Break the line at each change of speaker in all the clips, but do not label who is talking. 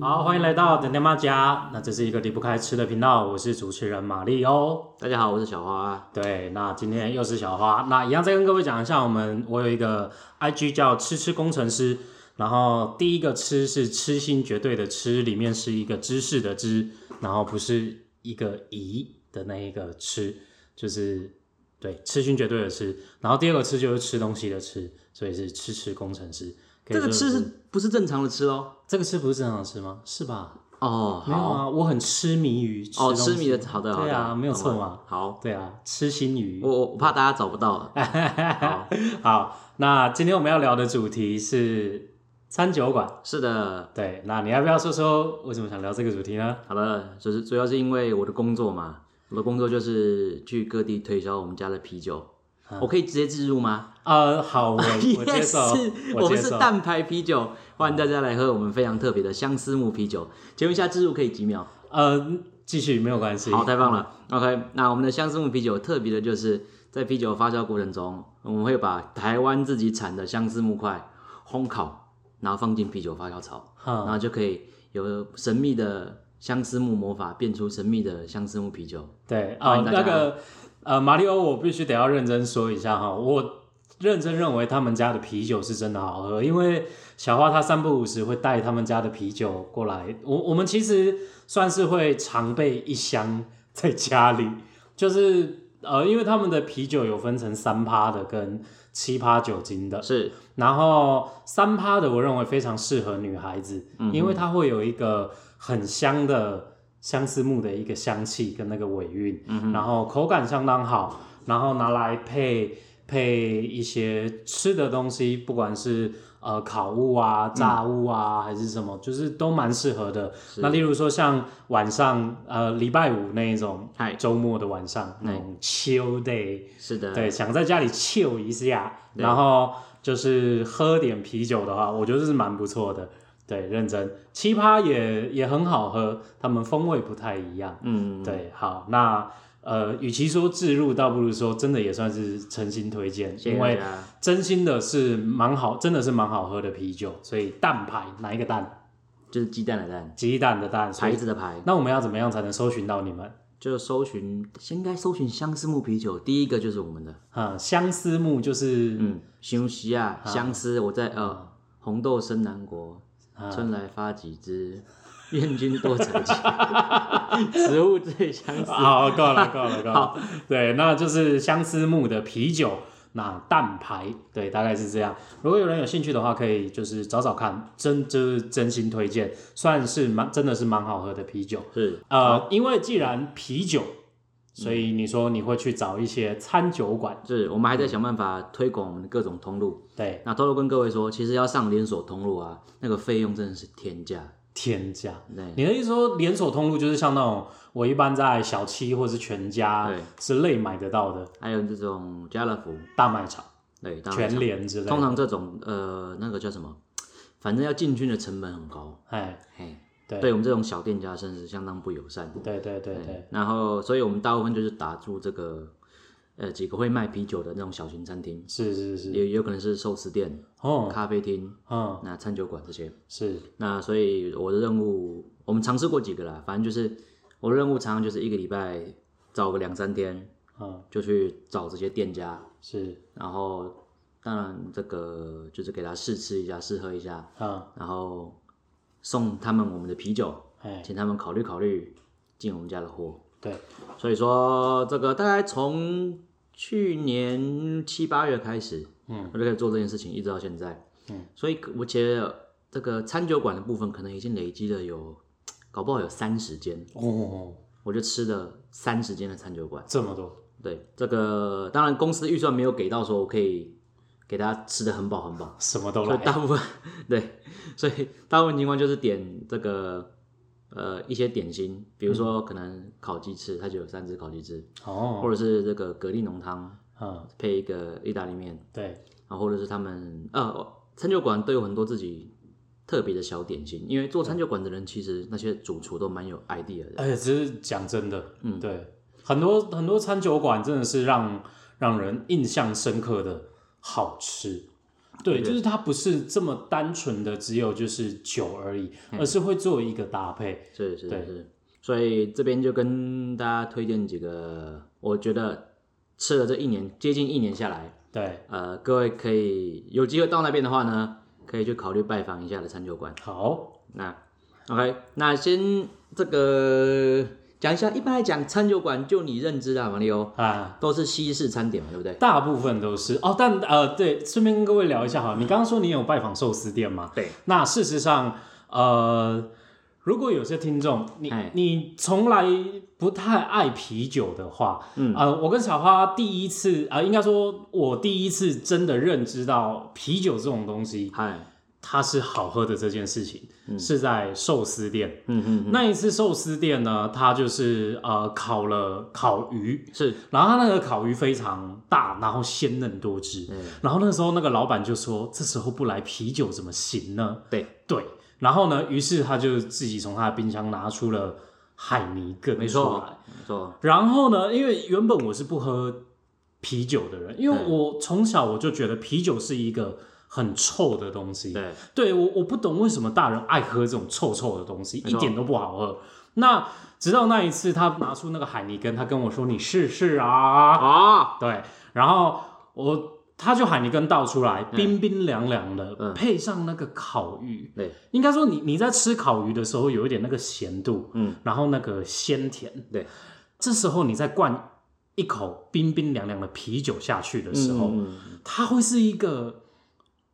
欢迎来到点点妈家。那这是一个离不开吃的频道，我是主持人玛丽哦。
大家好，我是小花。
对，那今天又是小花，那一样再跟各位讲一下，我们我有一个 IG 叫吃吃工程师，然后第一个吃是痴心绝对的吃，里面是一个知识的知，然后不是一个疑的那一个吃，就是对痴心绝对的吃。然后第二个吃就是吃东西的吃，所以是吃吃工程师。可以
这个
说
吃是不是正常的吃喽？
这个吃不是正常吃吗？是吧？
哦，
没有
好，
啊，我很痴迷于吃
哦，
东
痴迷
西
的，好的，好的，
对啊，没有错嘛。
好，
对啊，痴心鱼
我。我我怕大家找不到了。好，
好，那今天我们要聊的主题是餐酒馆。
是的，
对，那你要不要说说为什么想聊这个主题呢？
好了，就是主要是因为我的工作嘛，我的工作就是去各地推销我们家的啤酒。我可以直接自入吗？
呃，好， 我嗯我接受
Yes，，我
接
啊们是
受。
蛋白啤酒，欢迎大家来喝我们非常特别的相思木啤酒。请问一下，自入可以几秒？
呃，继续没有关系。
好，太棒了。OK，那我们的相思木啤酒特别的就是在啤酒发酵过程中，我们会把台湾自己产的相思木块烘烤，然后放进啤酒发酵槽，然
哈，
后就可以有神秘的相思木魔法，变出神秘的相思木啤酒。
对，
欢
呃，
迎大家
那个呃，马里欧，我必须得要认真说一下哈，我认真认为他们家的啤酒是真的好喝，因为小花她三不五时会带他们家的啤酒过来，我我们其实算是会常备一箱 在家里，就是呃，因为他们的啤酒有分成三趴的跟七趴酒精的，
是，
然后三趴的，我认为非常适合女孩子，因为它会有一个很香的相思木的一个香气跟那个尾韵，然后口感相当好，然后拿来配配一些吃的东西，不管是呃烤物啊、炸物啊、还是什么，就是都蛮适合的。那例如说像晚上呃礼拜五那一种
嗨
周末的晚上那种 chill day，
是的，
对，想在家里 chill 一下，然后就是喝点啤酒的话，我觉得是蛮不错的。对，认真，奇葩也也很好喝，他们风味不太一样。
嗯，
对，好，那呃，与其说置入，倒不如说真的也算是诚心推荐，
谢谢
因
大
为
家。
真心的是蛮好，真的是蛮好喝的啤酒。所以蛋牌哪一个蛋？
就是鸡蛋的蛋，
鸡蛋的蛋。所
牌
以
子的牌，
那我们要怎么样才能搜寻到你们？
就搜寻，先应该搜寻相思木啤酒，第一个就是我们的。
啊，相思木就是
嗯，休息啊，相思，我在呃，红豆生南国，春来发几枝， 愿君多采撷， 植物最相 思。
好，够了，够了，够了。对，那就是相思木的啤酒，那蛋牌，对，大概是这样。如果有人有兴趣的话，可以就是找找看，真就是真心推荐，算是蛮真的是蛮好喝的啤酒。
是，
呃，因为既然啤酒，所以你说你会去找一些餐酒馆，
是我们还在想办法推广我们的各种通路。
对，
那偷偷跟各位说，其实要上连锁通路啊，那个费用真的是天价。
天价。
对，
你的意思说连锁通路就是像那种我一般在小七或是全家
对
之类买得到的
还有这种家乐福，
大卖场、
对，当然
全联之类
通
的，
常这种呃，那个叫什么，反正要进军的成本很高，
哎，
嘿，
对
对我们这种小店家甚至相当不友善。
对对对对。
然后，所以我们大部分就是打住这个，呃，几个会卖啤酒的那种小型餐厅，
是是是，
也有可能是寿司店、
哦，
咖啡厅、
嗯，
那餐酒馆这些。
是
那所以我的任务，我们尝试过几个啦，反正就是我的任务常常就是一个礼拜找个两三天，
嗯，
就去找这些店家，
是，
然后当然这个就是给他试吃一下、试喝一下，
嗯，
然后送他们我们的啤酒，
哎，
请他们考虑考虑进我们家的货。
对，
所以说，这个大概从去年七八月开始，嗯，我就开始做这件事情，一直到现在，嗯，所以我觉得这个餐酒馆的部分可能已经累积了有，搞不好有三十间，
哦，
我就吃了三十间的餐酒馆。
这么多，
对，这个当然公司预算没有给到说我可以给大家吃的很饱很饱，
什么都
所以
来，
大部分对，所以大部分情况就是点这个呃一些点心，比如说可能烤鸡翅，它就有三只烤鸡翅。
哦，
或者是这个蛤蜊浓汤
嗯，
配一个意大利面，
对，
然后或者是他们呃餐酒馆都有很多自己特别的小点心，因为做餐酒馆的人其实那些主厨都蛮有 idea 的，
而且只是讲真的，嗯，对，很多很多餐酒馆真的是让让人印象深刻的好吃，对，就是它不是这么单纯的只有就是酒而已，而是会做一个搭配。
是是
对
是，所以这边就跟大家推荐几个，我觉得吃了这一年接近一年下来，
对，
呃，各位可以有机会到那边的话呢，可以去考虑拜访一下的餐酒馆。
好，
那 OK，那先这个讲一下，一般来讲餐酒馆，就你认知的马里欧
啊，
都是西式餐点嘛，对不对？
大部分都是哦，但呃，对，顺便跟各位聊一下哈，你刚刚说你有拜访寿司店吗？
对，
那事实上，呃，如果有些听众你
哎
你从来不太爱啤酒的话，嗯，呃，我跟小花第一次啊、呃应该说我第一次真的认知到啤酒这种东西
嗨，
它是好喝的这件事情，是在寿司店。
嗯嗯，
那一次寿司店呢，它就是呃烤了烤鱼，
是，
然后它那个烤鱼非常大，然后鲜嫩多汁。
嗯
然后那时候那个老板就说：“这时候不来啤酒怎么行呢
对，？”
对，然后呢，于是他就自己从他的冰箱拿出了海泥根
没
出
错
来。，
没错，
然后呢，因为原本我是不喝啤酒的人，因为
对
我从小我就觉得啤酒是一个很臭的东西。
对，
对我我不懂为什么大人爱喝这种臭臭的东西，
没
一
错
点都不好喝。那直到那一次，他拿出那个海尼根，他跟我说：“你试试啊。
啊，”
对，然后我他就海尼根倒出来，冰冰凉凉的，
嗯
配上那个烤鱼，
对，
应该说你你在吃烤鱼的时候有一点那个咸度，
嗯，
然后那个鲜甜，
对，
这时候你再灌一口冰冰凉凉的啤酒下去的时候，
嗯嗯
它会是一个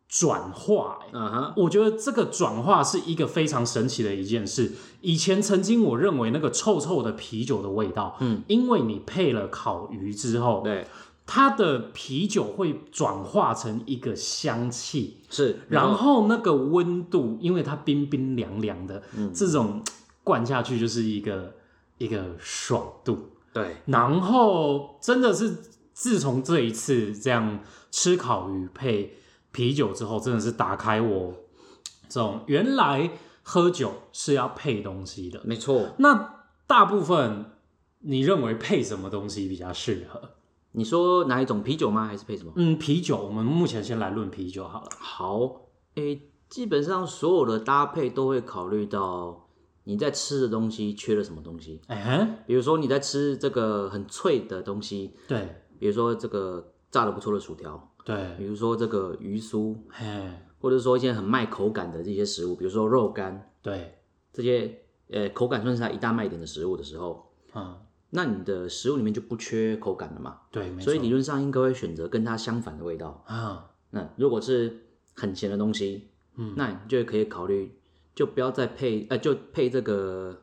转化、欸
嗯哼，
我觉得这个转化是一个非常神奇的一件事。以前曾经我认为那个臭臭的啤酒的味道，
嗯，
因为你配了烤鱼之后，
对，
它的啤酒会转化成一个香气，
是，
然后那个温度，因为它冰冰凉凉的，这种灌下去就是一个一个爽度。
对，
然后真的是自从这一次这样吃烤鱼配啤酒之后，真的是打开我这种原来喝酒是要配东西的。
没错，
那大部分你认为配什么东西比较适合？
你说哪一种啤酒吗？还是配什么？
嗯，啤酒，我们目前先来论啤酒好了。
好，诶，基本上所有的搭配都会考虑到你在吃的东西缺了什么东西。
哎哼，
比如说你在吃这个很脆的东西，
对
比如说这个炸的不错的薯条，比
对，
如说这个鱼酥，
嘿，
或者说一些很卖口感的这些食物，比如说肉干
对，
这些，呃，口感算是它一大卖点的食物的时候，
嗯，
那你的食物里面就不缺口感了嘛，
对，没错。
所以理论上应该会选择跟它相反的味道。
啊，
那如果是很咸的东西，嗯，那你就可以考虑，就不要再配，呃，就配这个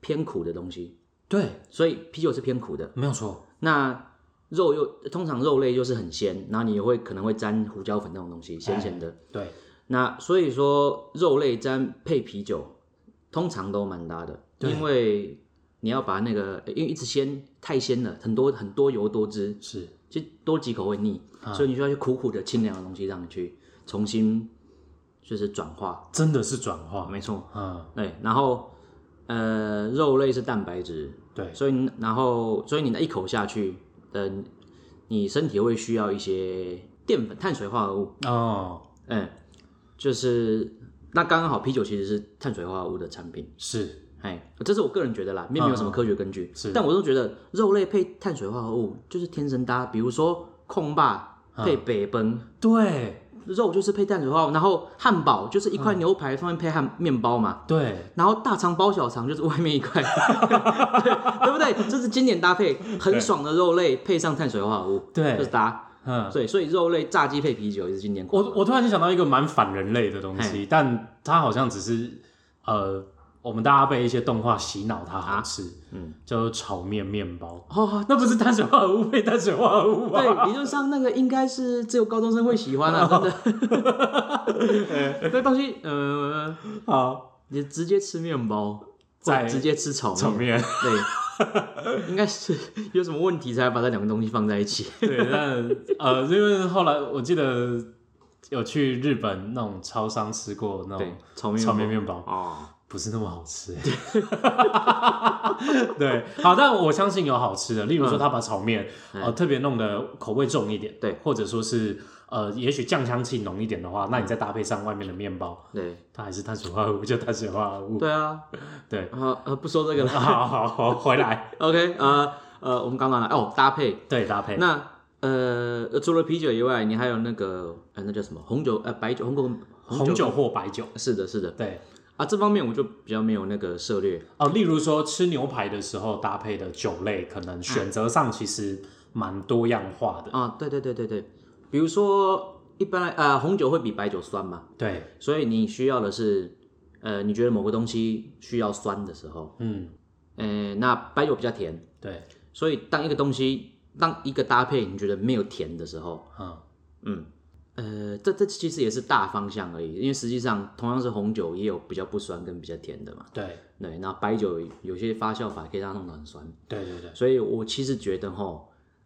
偏苦的东西。
对，
所以啤酒是偏苦的，
没有错。
那肉又通常肉类又是很鲜，然后你也会可能会沾胡椒粉那种东西，咸咸的。
对，
那所以说肉类沾配啤酒，通常都蛮搭的，
对
因为你要把那个因为一直鲜太鲜了，很多很多油多汁，
是，
就多几口会腻，
啊
所以你需要去苦苦的清凉的东西让你去重新就是转化。
真的是转化。
没错，
嗯，
对，然后呃肉类是蛋白质，
对，
所以你然后所以你那一口下去，呃，你身体会需要一些淀粉、碳水化合物，
哦，
嗯，就是那刚刚好啤酒其实是碳水化合物的产品，
是，
哎，这是我个人觉得啦，并没有什么科学根据，
嗯是
但我都觉得肉类配碳水化合物就是天生搭，比如说控霸配
嗯
北奔。
对。
肉就是配碳水化合物，然后汉堡就是一块牛排上面配汉面包嘛，
对，
然后大肠包小肠就是外面一块， 对不对？这是经典搭配，很爽的肉类配上碳水化合物，
对
就是搭。
嗯，
对，所以肉类炸鸡配啤酒也是经典款。
我我突然间想到一个蛮反人类的东西，但它好像只是呃，我们大家被一些动画洗脑，它好吃，嗯，叫做炒面面包，
哦，
那不是碳水化合物配碳水化合物啊？
对，理论上那个应该是只有高中生会喜欢啊，真的。 那东西，呃，
好，
你直接吃面包，
再
再直接吃 炒
炒
面，
面，
对，应该是有什么问题才把这两个东西放在一起。
对，但呃，因为后来我记得有去日本那种超商吃过那
对
种，
炒面
炒面面包，
哦，
不是那么好吃。 对，好，但我相信有好吃的，例如说他把炒面、呃特别弄得口味重一点，
嗯对，
或者说是呃也许酱香气浓一点的话，那你再搭配上外面的面包，
对
它还是碳水化合物就碳水化合物。
对啊，
对，
呃呃，不说这个了。
好好好，回来
OK，呃呃，我们刚刚来哦，搭配。
对搭配，
那呃，除了啤酒以外，你还有那个呃，那叫什么红酒呃，白酒红酒
红酒或白酒，
是的，是的
对。
啊，这方面我就比较没有那个涉猎。
哦，例如说吃牛排的时候搭配的酒类，可能选择上其实蛮多样化的。
啊，对对对对对，比如说一般来呃，红酒会比白酒酸嘛，
对，
所以你需要的是呃，你觉得某个东西需要酸的时候，
嗯，
呃，那白酒比较甜，
对，
所以当一个东西当一个搭配你觉得没有甜的时候，
嗯，
嗯，呃，这这其实也是大方向而已，因为实际上同样是红酒，也有比较不酸跟比较甜的嘛。
对，
对，那白酒有些发酵法可以让它弄得很酸，
对对对，
所以我其实觉得哈，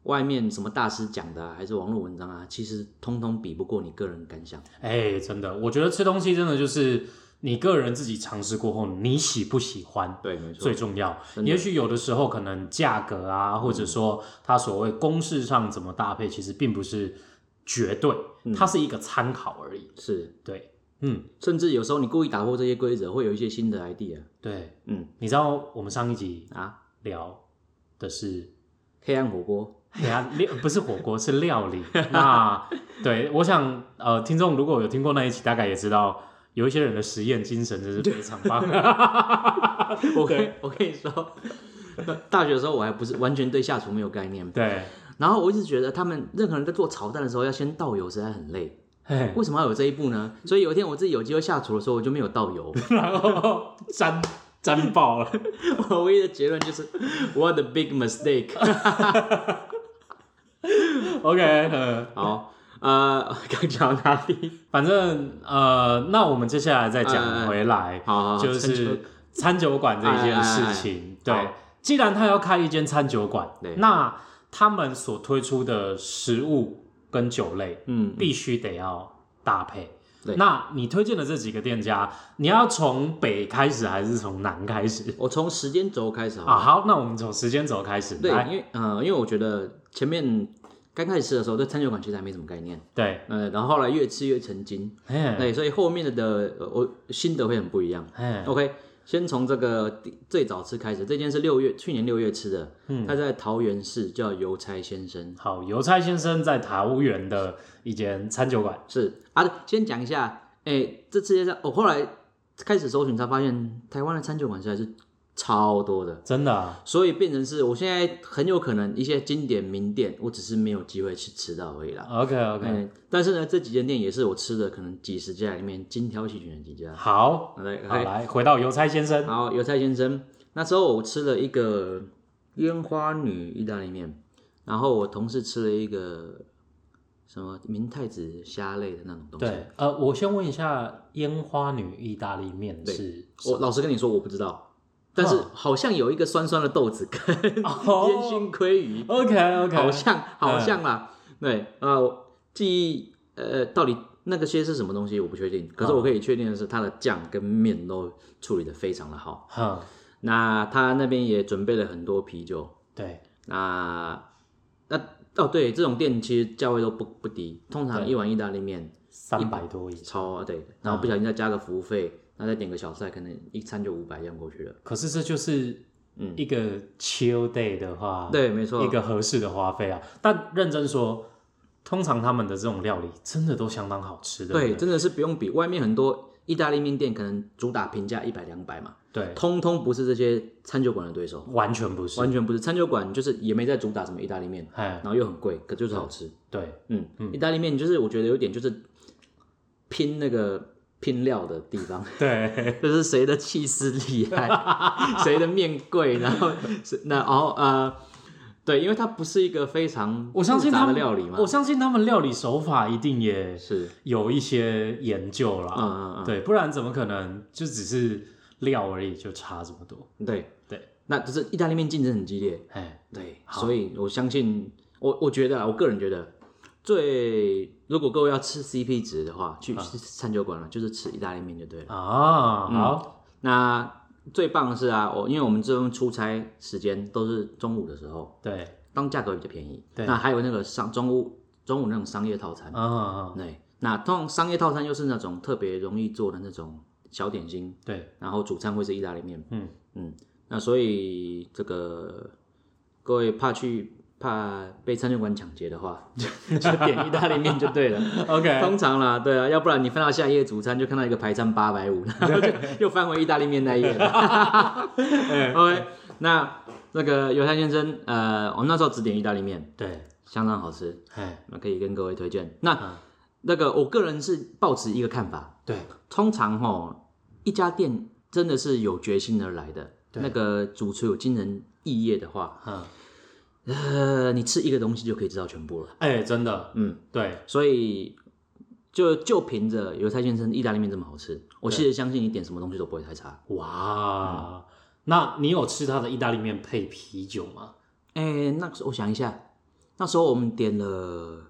外面什么大师讲的、啊、还是网络文章啊，其实通通比不过你个人感想。
哎、真的，我觉得吃东西真的就是你个人自己尝试过后，你喜不喜欢
对，没错
最。重要。
真的嗯
也许有的时候可能价格啊，或者说它所谓公式上怎么搭配，其实并不是绝对，
嗯
它是一个参考而已。
是，
对，嗯，
甚至有时候你故意打破这些规则，会有一些新的 idea。
对，
嗯
你知道我们上一集
啊，
聊的是。
黑暗火 锅，
等下哎料呃不是火锅是料理。 那对，我想呃，听众如果有听过那一期，大概也知道有一些人的实验精神真是非常棒。
我跟 我跟你说，大学的时候我还不是完全对下厨没有概 念，
对，
然后我一直觉得他们任何人在做炒蛋的时候要先倒油实在很累，
嘿，
为什么要有这一步呢？所以有一天我自己有机会下厨的时候，我就没有倒 油。
然后粘粘爆了。
我唯一的结论就是，what a big mistake。
OK，呃，
好，呃， 刚讲到哪里？
反正呃，那我们接下来再讲回来，啊
好好好，
就
趁
是
着
嗯餐酒馆嗯这一件事情。
哎哎哎哎
对，既然他要开一间餐酒馆
对，
那他们所推出的食物跟酒类，
嗯，
必须得要搭配。
对
那你推荐的这几个店家，你要从北开始还是从南开始
我从时间轴开始好了
啊？好，那我们从时间轴开始。
嗯对，因
来，
为呃，因为我觉得前面刚开始吃的时候对餐酒馆其实还没什么概念，
对，
呃，然后后来越吃越成精，
哎
对，所以后面的呃我心得会很不一样。
哎，
OK，先从这个第最早吃开始，这间是六月去年六月吃的，嗯，他在桃园市叫邮差先生，
好，邮差先生在桃园的一间餐酒馆，
是啊，先讲一下，哎、这世界上我后来开始搜寻才发现，台湾的餐酒馆实在是超多的，
真的啊
所以变成是我现在很有可能一些经典名店，我只是没有机会去吃到而已啦。
OK OK，
嗯，但是呢，这几间店也是我吃的可能几十家里面精挑细选的几家。
好，
来，
好来，回到邮差先生，
好，油菜先生，那时候我吃了一个烟花女意大利面，然后我同事吃了一个什么明太子虾类的那种东西。
对，呃，我先问一下，烟花女意大利面 是
我老实跟你说，我不知道，但是好像有一个酸酸的豆子跟
哦
烟熏鲑鱼，
OK 嗯
好
OK，
像好像啦。对，呃，我记忆呃，到底那个些是什么东西我不确定，可是我可以确定的是，它的酱跟面都处理的非常的好。
哼，
那他那边也准备了很多啤酒，
对，
那那哦，对，这种店其实价位都不不低，通常一碗意大利面
三百多以上，
超对，然后不小心再加个服务费，那再点个小菜，可能一餐就五百样过去了。
可是这就是一个 chill day 的话，
对，嗯没错
一，个合适的花费啊。但认真说，通常他们的这种料理真的都相当好吃的。
对，真的是不用比，外面很多意大利面店可能主打平价一百两百嘛，
对，
通通不是这些餐酒馆的对手，
完全不是。
完全不是。餐酒馆就是也没在主打什么意大利面，
哎，
然后又很贵，可就是好吃。
对，
嗯，意大利面就是我觉得有点就是拼那个拼料的地方。
对，
就是谁的气势厉 害，谁的面贵，然后是那然后呃，对，因为它不是一个非常
我相信
复杂
他
的
们
料理嘛
我，相信他们料理手法一定也
是，
有一些研究
嗯
啦。
嗯
对，不然怎么可能就只是料而已就差这么多？
嗯，对
对，
那就是意大利面竞争很激烈，
哎，
对，
好
所以我相信我我觉得啦，我个人觉得最如果各
嗯
位要吃 CP 值的话，去吃餐酒馆了，就是吃意大利面就对了。
啊，好，
那最棒的是啊，我因为我们这份出差时间都是中午的时候，
对，
当价格比较便宜。
对
那还有那个商中午中午那种商业套餐，
嗯嗯，嗯
对，那通常商业套餐又是那种特别容易做的那种小点心，
对，
然后主餐会是意大利面。
嗯
嗯，那所以这个各位怕去怕被餐酒馆抢劫的话， 就就点意大利面就对了。
，OK，
通常啦，对啊，要不然你翻到下一页主餐，就看到一个排餐八百五， 然后就又翻回意大利面那一页 了。OK，那
哎
那个犹太先生，呃，我们那时候只点意大利面，
对，
相当好吃，
哎，
那可以跟各位推荐。那、
嗯
那个我个人是抱持一个看法，
对，
通常吼一家店真的是有决心而来的，
对
那个主厨有惊人异业的话，
嗯，
呃，你吃一个东西就可以知道全部了。
哎，真的，
嗯，
对，
所以就就凭着犹太先生意大利面这么好吃，我其实相信你点什么东西都不会太差。
哇，那你有吃他的意大利面配啤酒吗？
哎、那个时候我想一下，那时候我们点了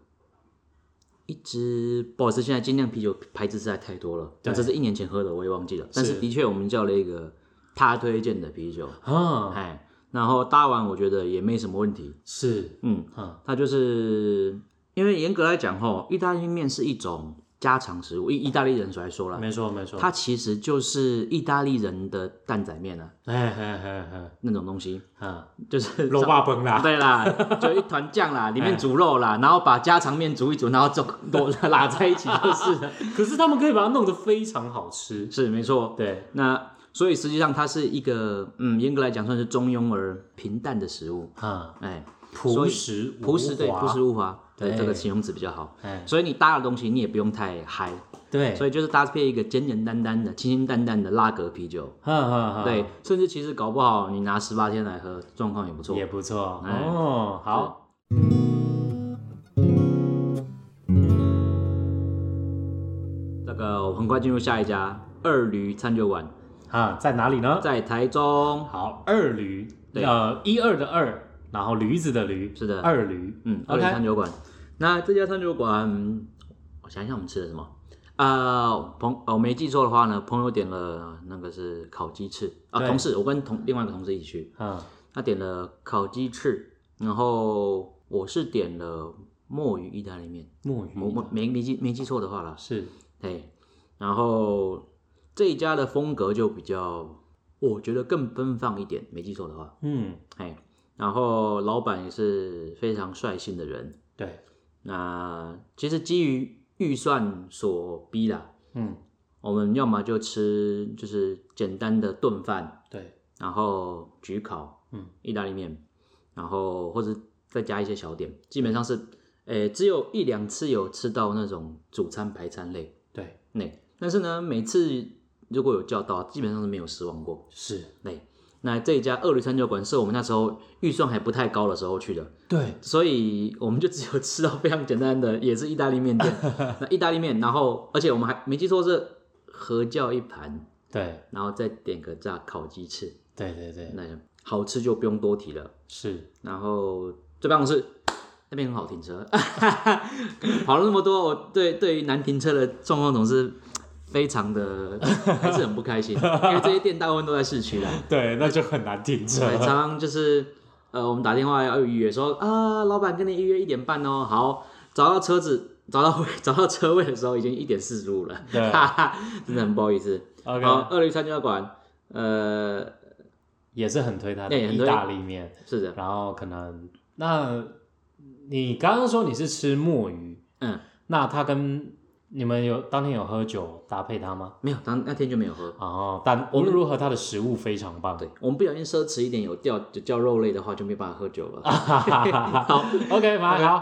一支，不好意思，现在精酿啤酒牌子实在太多了，
对
那这是一年前喝的，我也忘记了。但
是
是的确，我们叫了一个他推荐的啤酒，
嗯，
哎、然后搭完我觉得也没什么问题。
是，
嗯，
嗯，
它就是因为严格来讲吼，意大利面是一种家常食物，意意大利人来说啦，
没错没错，
它其实就是意大利人的蛋仔面啊，
哎嘿嘿嘿，
那种东西，
嗯，
就是
肉霸崩啦，
对啦，就一团酱啦，里面煮肉啦，然后把家常面煮一煮，然后就都 拉在一起就是 了，
可是他们可以把它弄得非常好吃，
是没错。
对，
那所以实际上它是一个，嗯，严格来讲算是中庸而平淡的食物，
嗯，
哎，
朴实
朴实对
无华
朴实，无华，对
对
这个形容词比较好。
哎，
所以你搭的东西你也不用太嗨，
对，
所以就是搭配一个简简单单的、清清淡淡的拉格啤酒，
嗯嗯嗯，
对，甚至其实搞不好你拿十八天来喝，状况也不错。
也不错
哎
哦。好，
这个我很快进入下一家二驴餐酒馆，
啊，在哪里呢？
在台中。
好，二驴，
对
呃，一二的二，然后驴子的驴，
是的
二驴，
嗯，二驴
OK，
餐酒馆。那这家餐酒馆，嗯我想一想我们吃的什么？呃，朋哦，我没记错的话呢，朋友点了那个是烤鸡翅啊，
对
同事，我跟同另外一个同事一起去，
嗯，
他点了烤鸡翅，然后我是点了墨鱼意大利面，
墨
我
鱼
我没没记没记错的话啦，
是，
对，然后这一家的风格就比较，我觉得更奔放一点，没记错的话，
嗯，
哎，然后老板也是非常率性的人，
对，
那其实基于预算所逼啦，
嗯，
我们要么就吃就是简单的炖饭，
对，
然后焗烤，
嗯，
意大利面，然后或者再加一些小点，基本上是，诶，只有一两次有吃到那种主餐排餐类。
对，
那但是呢，每次如果有叫到，基本上是没有失望过。
是，
那那这一家鳄鱼餐酒馆是我们那时候预算还不太高的时候去的，
对，
所以我们就只有吃到非常简单的，也是意大利面店。那意大利面，然后而且我们还没记错是合叫一盘，
对，
然后再点个炸烤鸡翅，
对对对，
那好吃就不用多提了。
是，
然后最棒的是 那边很好停车，呃跑了那么多，我对对于难停车的状况总是非常的 还是很不开心，因为这些店大部分都在市区啦，
对，那就很难停车
对，常常就是呃我们打电话要预约说啊老板跟你预约一点半哦，好找到车子找到 位找到车位的时候已经一点四十五了，
对
哈哈， 真的很不好意思。
，OK，
好，二驴参加馆，呃
也是很推他的
对很
意
推
大利面，
是的，
然后可能那，你刚刚说你是吃墨鱼，
嗯，
那他跟你们有当天有喝酒搭配它吗？
没有，当那天就没有喝。
哦，但无论如何，它的食物非常棒。
对，我们不小心奢侈一点，有掉就叫肉类的话，就没办法喝酒了。
啊
好，
OK，马上好。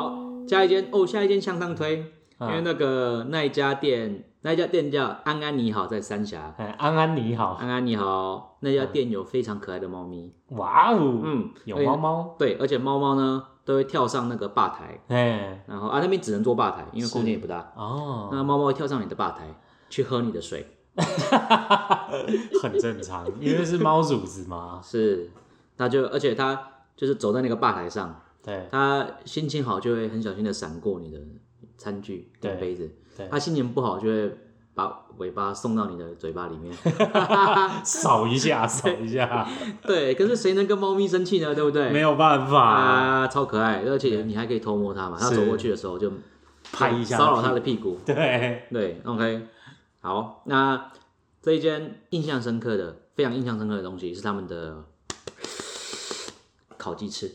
好，下一间哦，下一间相当推，因为
嗯
那个那一家店，那一家店叫安安你好，在三峡。
哎，安安你好，
安安你好，那家店有非常可爱的猫咪，
哇哦，
嗯，
有
而且
猫猫，
对，而且猫猫呢都会跳上那个吧台，
哎，
然后啊那边只能坐吧台，因为空间也不大，
哦，
那猫猫会跳上你的吧台去喝你的水，
很正常，因为是猫主子嘛，
是，它就而且它就是走在那个吧台上，
对
他心情好就会很小心的闪过你的餐具跟
对
杯子，
对，
他心情不好就会把尾巴送到你的嘴巴 里面。
扫一下，扫一下，
对，可是谁能跟猫咪生气呢？对不 对？
没有办法，
啊，超可爱，而且你还可以偷摸它嘛，它
是
走过去的时候就
拍一下
骚扰它的屁股。
对，
对，OK，好，那这一间印象深刻的、非常印象深刻的东西是他们的烤鸡翅。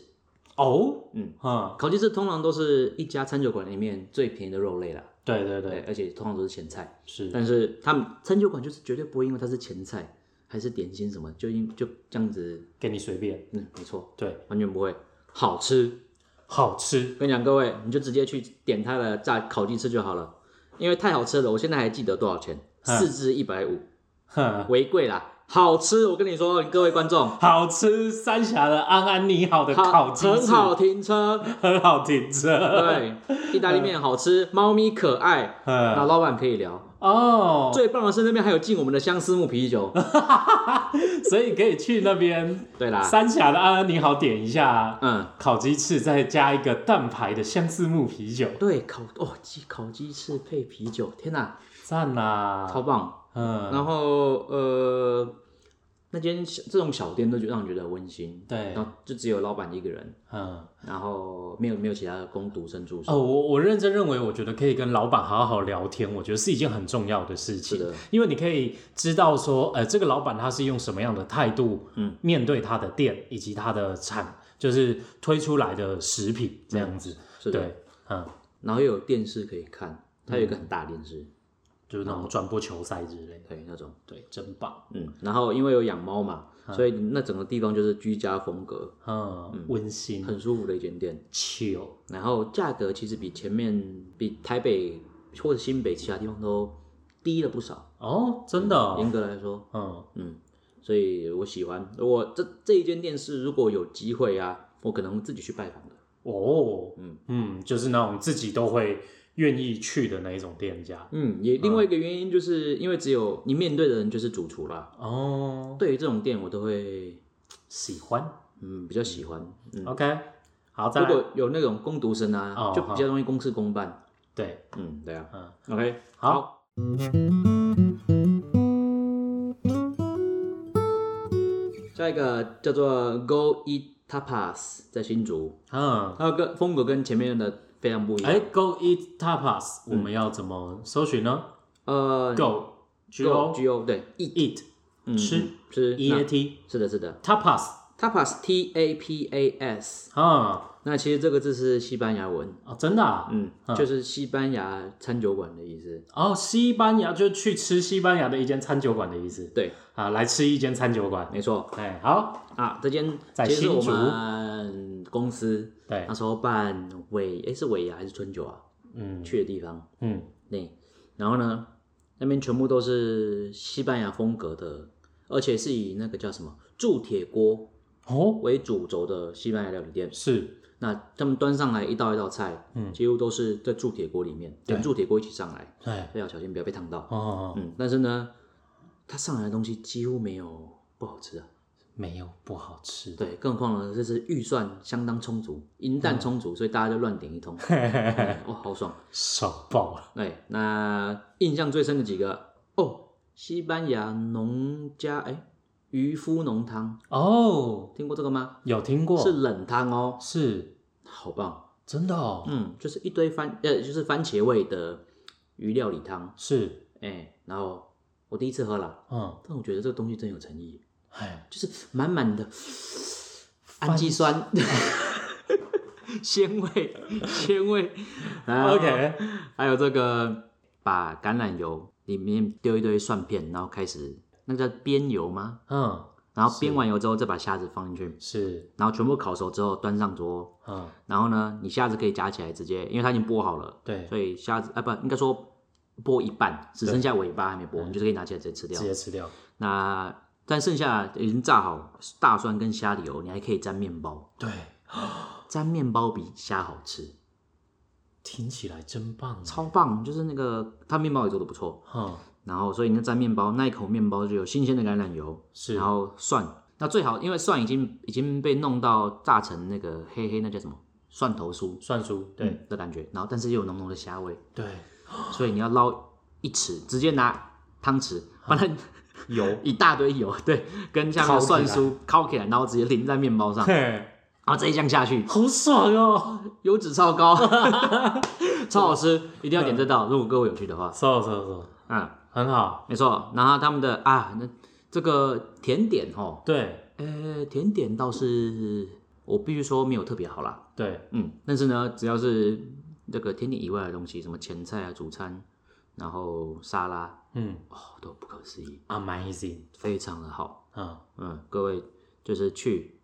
哦，
嗯
嗯，
烤鸡翅通常都是一家餐酒馆里面最便宜的肉类啦，
对对
对，
对，
而且通常都是前菜。
是，
但是他们餐酒馆就是绝对不会因为它是前菜还是点心什么，就因就这样子，
给你随便，
嗯，没错，
对，
完全不会。好吃，
好吃，
跟你讲，各位，你就直接去点它的炸烤鸡翅就好了，因为太好吃了。我现在还记得多少钱，
嗯
四只一百五，
哼，
啊违贵啦。好吃，我跟你说，各位观众，
好吃，三峡的安安你好的烤
好
鸡
很
翅，
好停车，
很好停车，
对，意大利面好吃，猫咪可爱，那
嗯，
老板可以聊。
哦，
最棒的是那边还有进我们的相思木啤酒，
所以可以去那边
对啦，
三峡的安安你好点一下
嗯，
烤鸡翅，再加一个蛋牌的相思木啤酒，
对，烤哦鸡烤鸡翅配啤酒，天哪，
赞啊
超
啦，
棒。
嗯，
然后呃，那间小这种小店都觉得让人觉得很温馨，
对
然，后就只有老板一个人。
嗯。
然后没有没有其他的攻读生助手。
哦，我我认真认为，我觉得可以跟老板好好聊天，我觉得是一件很重要的事情
是的，
因为你可以知道说，呃，这个老板他是用什么样的态度，
嗯，
面对他的店以及他的产，就是推出来的食品这样子，
是的，
对，嗯，
然后又有电视可以看，它有一个很大的电视，
就是那种转播球赛之类的，
对那种，
对，真棒，
嗯，然后因为有养猫嘛，所以那整个地方就是居家风格，
嗯，温馨
很舒服的一间店。
，chill，
然后价格其实比前面比台北或者新北其他地方都低了不少，
哦，真的哦，
严格来说，
嗯，
嗯，所以我喜欢。我这这一间店是如果有机会啊，我可能自己去拜访的。
哦，嗯嗯，就是那种自己都会愿意去的那一种店家，
嗯，也另外一个原因就是因为只有你面对的人就是主厨啦，
哦，
对于这种店，我都会
喜欢
嗯比较喜欢。嗯，
，OK，好，再
如
来。
果有那种攻读生啊，
哦
就比较容易公事公办。
对，
嗯，对啊。
嗯
，OK，
好
好。下一个叫做 Go Eat Tapas，在新竹，
嗯，
它跟风格跟前面的非常不一样。
哎，Go Eat Tapas，我
嗯
们要怎么搜寻呢
呃
？Go G O
G O 对 Eat
Eat
嗯
吃
吃
E
那
A T
是的，是的
Tapas
Tapas T A P A S，
啊
那其实这个字是西班牙文。
啊，真的啊
嗯，就是西班牙餐酒馆的意思。
哦，西班牙就去吃西班牙的一间餐酒馆的意思
对，
啊，来吃一间餐酒馆。
没错
哎，好，
啊，这间
在
其实是
新
我
竹
们公司
对
那，时候办尾，诶，是尾牙还是春酒啊？
嗯
去的地方，
嗯，
对。然后呢，那边全部都是西班牙风格的，而且是以那个叫什么铸铁锅
哦，
为主轴的西班牙料理店。
是，
那他们端上来一道一道菜，
嗯
几乎都是在铸铁锅里面，
对
连铸铁锅一起上来，
哎，
所以要小心不要被烫到。
哦，
嗯，但是呢，它上来的东西几乎没有不好吃啊。
没有不好吃的，
对，更何况呢，这是预算相当充足，银弹充足，所以大家就乱点一通，哇、好爽！
爽爆了。
对，那印象最深的几个哦，西班牙农家哎渔夫浓汤，
哦，
听过这个吗？
有听过，
是冷汤哦，
是
好棒！
真的哦，
嗯，就是一堆番呃，就是番茄味的鱼料理汤，
是，
哎，然后我第一次喝了，
嗯，
但我觉得这个东西真有诚意。
哎。
就是满满的氨基酸、鲜味、鲜味。然后
OK，
还有这个把橄榄油里面丢一堆蒜片，然后开始那个叫煸油吗？
嗯，
然后煸完油之后，再把虾子放进去，
是，
然后全部烤熟之后端上桌。
嗯，
然后呢，你虾子可以夹起来直接，因为它已经剥好了，
对，
所以虾子啊不应该说剥一半，只剩下尾巴还没剥，你就是可以拿起来直接吃掉
直。接吃掉。
那但剩下已经炸好大蒜跟虾的油，你还可以沾面包，
对，
沾面包比虾好吃，
听起来真棒。啊
超棒！就是那个它面包也做的不错，
嗯，
然后所以你那沾面包那一口面包就有新鲜的橄榄油，
是
然后蒜，那最好因为蒜已经已经被弄到炸成那个黑黑那叫什么蒜头酥
蒜酥，对、
对的感觉，然后但是又有浓浓的虾味，
对，
所以你要捞一匙，直接拿汤匙把它
油，
一大堆啊油，对，跟像
烤
个
起
蒜
来
酥烤起来，然后直接淋在面包上，
嘿，
然后这一酱下去，
好爽哦，
油脂超高， 超好吃，一定要点这道。如果各位有去的话，
收收收，
嗯，
很好，
没错。然后他们的啊，那这个甜点哦，
对
呃，甜点倒是我必须说没有特别好啦，
对，
嗯，但是呢，只要是这个甜点以外的东西，什么前菜啊、主餐，然后沙拉，
嗯
哦，都不可思议，
，amazing，
非常的好。
嗯，
嗯，各位就是去，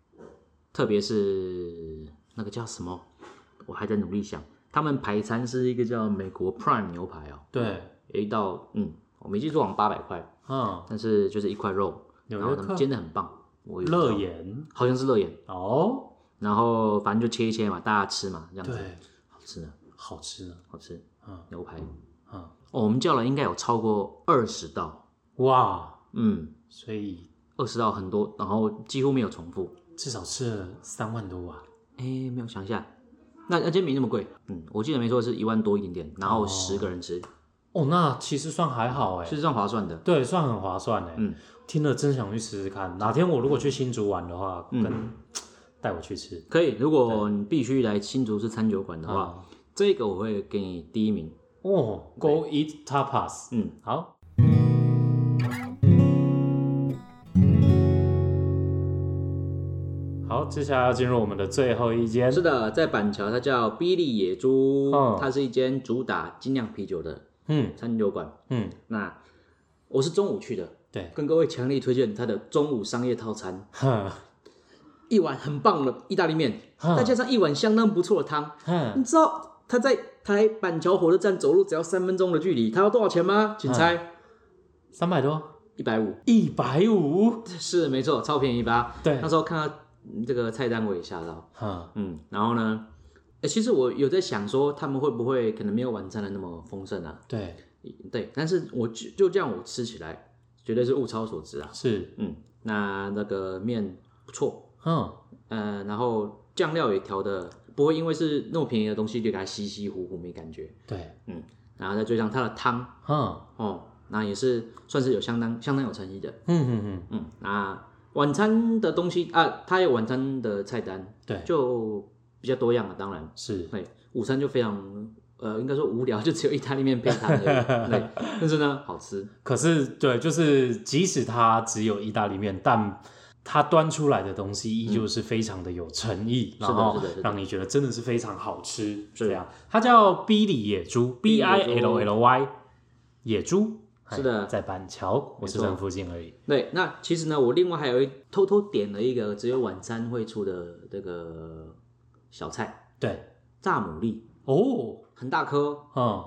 特别是那个叫什么，我还在努力想，他们排餐是一个叫美国 Prime 牛排哦，
对，
有一道嗯，我没记错，好像八百块，
嗯，
但是就是一块肉，
纽
然后
约
他们
客
煎的很棒，我有
乐眼
好像是乐眼，
哦，
然后反正就切一切嘛，大家吃嘛，这样子，
对，
好吃呢，
好吃呢，
好吃，
嗯
牛排，
嗯，
哦，我们叫了应该有超过二十道，
哇，
嗯，
所以
二十道很多，然后几乎没有重复，
至少吃了三万多啊，
哎，没有想一下，那那间没那么贵，嗯，我记得没错是一万多一点点，然后
哦
十个人吃，
哦，那其实算还好哎，
是算划算的。
对，算很划算哎，
嗯，
听了真想去试试看，哪天我如果去新竹玩的话，
嗯
跟带我去吃，
可以，如果你必须来新竹市餐酒馆的话，
啊，
这个我会给你第一名。
哦，Go eat tapas，
嗯，
好，好，接下来要进入我们的最后一间，
是的，在板桥它叫比利野猪，
哦
它是一间主打精酿啤酒的
嗯
餐酒馆。
嗯，
那我是中午去的，
对，
跟各位强力推荐它的中午商业套餐，
哼
一碗很棒的意大利面，
哼
再加上一碗相当不错的汤。
哼
你知道它在台板桥火车站走路只要三分钟的距离，它要多少钱吗？请猜，
三百多，
一百五。
一百五，
是没错，超便宜吧？
对
那时候看到嗯这个菜单我也吓到，
哼，
嗯，然后呢，呃其实我有在想说他们会不会可能没有晚餐的那么丰盛啊？
对，
对，但是我就就这样我吃起来绝对是物超所值啊，
是，
嗯，那那个面不错，
嗯，
呃，然后酱料也调的不会因为是那么便宜的东西就给它稀稀糊糊没感觉，
对，
嗯，然后再追上它的汤
嗯
哦，那也是算是有相当相当有诚意的。
嗯嗯嗯，
嗯，那晚餐的东西啊，它有晚餐的菜单，
对，
就比较多样了。当然，
是，
对，午餐就非常呃，应该说无聊，就只有意大利面配汤而已。 对，但是呢，好吃。
可是对，就是即使它只有意大利面，但它端出来的东西依旧是非常的有诚意，
的
然后
嗯是的是的
让你觉得真的是非常好吃。
是
这样，它叫 B 里野猪，B
B 里
I
野猪
L L Y 野猪，
是的
哎在板桥火车站附近而已。
对，那其实呢，我另外还有一偷偷点了一个只有晚餐会出的这个小菜
对，
——炸牡蛎，
哦，
很大颗，
嗯，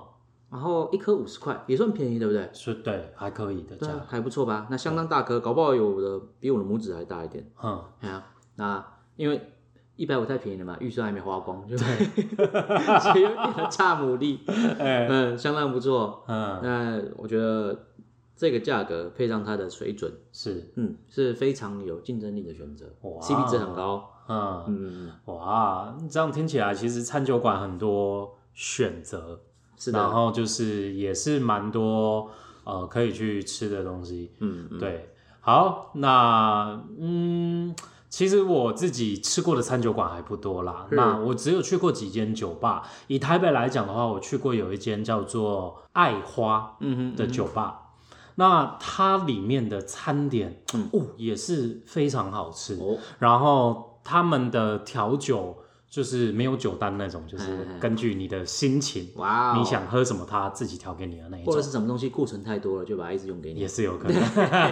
然后一颗五十块，也算便宜，对不对？
是对，还可以的，这
对啊
样，，
还不错吧？那相当大颗，搞不好有的比我的拇指还大一点。
嗯，
哎呀，那因为一百五太便宜了嘛，预算还没花光，就所 以又点了炸牡蛎，
哎，
嗯，相当不错。
嗯，
那我觉得这个价格配上它的水准，
是，
嗯，是非常有竞争力的选择
哇哦
，CP 值很高。
嗯，
嗯，
哇，这样听起来其实餐酒馆很多选择，
是
然
的，
后就是也是蛮多呃可以去吃的东西。
嗯，嗯
对，好，那嗯，其实我自己吃过的餐酒馆还不多啦。
是
那我只有去过几间酒吧。以台北来讲的话，我去过有一间叫做爱花
嗯哼，
的酒吧，那它里面的餐点、
嗯
哦也是非常好吃。
哦，
然后他们的调酒就是没有酒单那种，就是
哎哎哎
根据你的心情，
哇哦，
你想喝什么他自己调给你的那一
或者
种，
是什么东西库存太多了，就把它一直用给你
也。是有可能。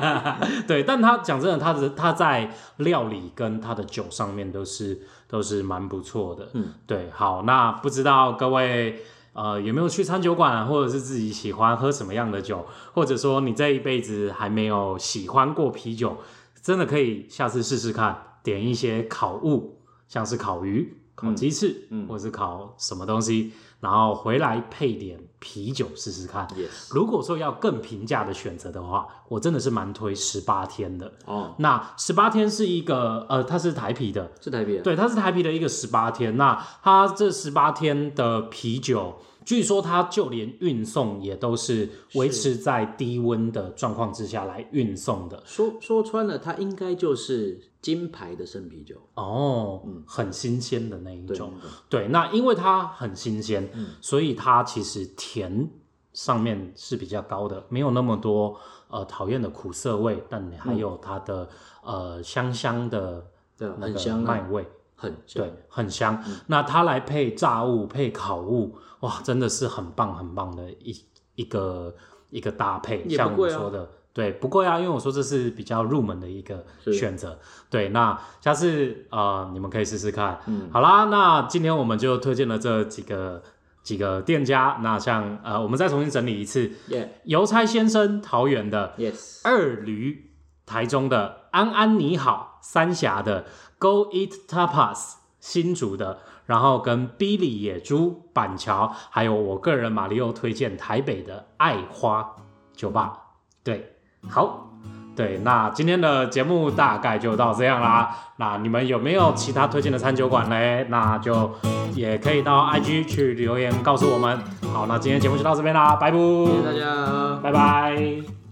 对，但他讲真的，他的他在料理跟他的酒上面都是都是蛮不错的。
嗯，
对，好，那不知道各位。呃，有没有去餐酒馆，啊或者是自己喜欢喝什么样的酒，或者说你这一辈子还没有喜欢过啤酒，真的可以下次试试看，点一些烤物，像是烤鱼、
嗯
烤鸡翅，或者是烤什么东西，然后回来配点啤酒试试看。
Yes，
如果说要更平价的选择的话，我真的是蛮推十八天的。
哦，
那十八天是一个呃，它是台啤的，
是台币啊，
对，它是台啤的一个十八天。那它这十八天的啤酒，据说它就连运送也都是维持在低温的状况之下来运送的。
说说穿了，它应该就是金牌的生啤酒。
哦，很新鲜的那一
嗯对，
种。
那个嗯
对，那因为它很新鲜，所以它其实甜上面是比较高的，没有那么多呃讨厌的苦涩味，但你
嗯
还有它的、呃香香的
对啊，
那
很
个
香
麦
啊，
味，
很香。
对，很香。
嗯
那它来配炸物、配烤物，哇，真的是很棒很棒的一一个一个搭配，
也不
像我
贵啊
说的。对，不贵啊，因为我说这是比较入门的一个
是
选择。对，那下次呃，你们可以试试看。
嗯
好啦，那今天我们就推荐了这几个几个店家。那像呃，我们再重新整理一次：
Yeah，yes，
邮差先生桃园的，二驴台中的，安安你好三峡的，Go Eat Tapas 新竹的，然后跟 Billy 野猪板桥，还有我个人马里奥推荐台北的爱花酒吧。对，好。对，那今天的节目大概就到这样啦。那你们有没有其他推荐的餐酒馆嘞？那就也可以到 IG 去留言告诉我们。好，那今天节目就到这边啦，拜拜，
啊谢谢大家。
拜拜。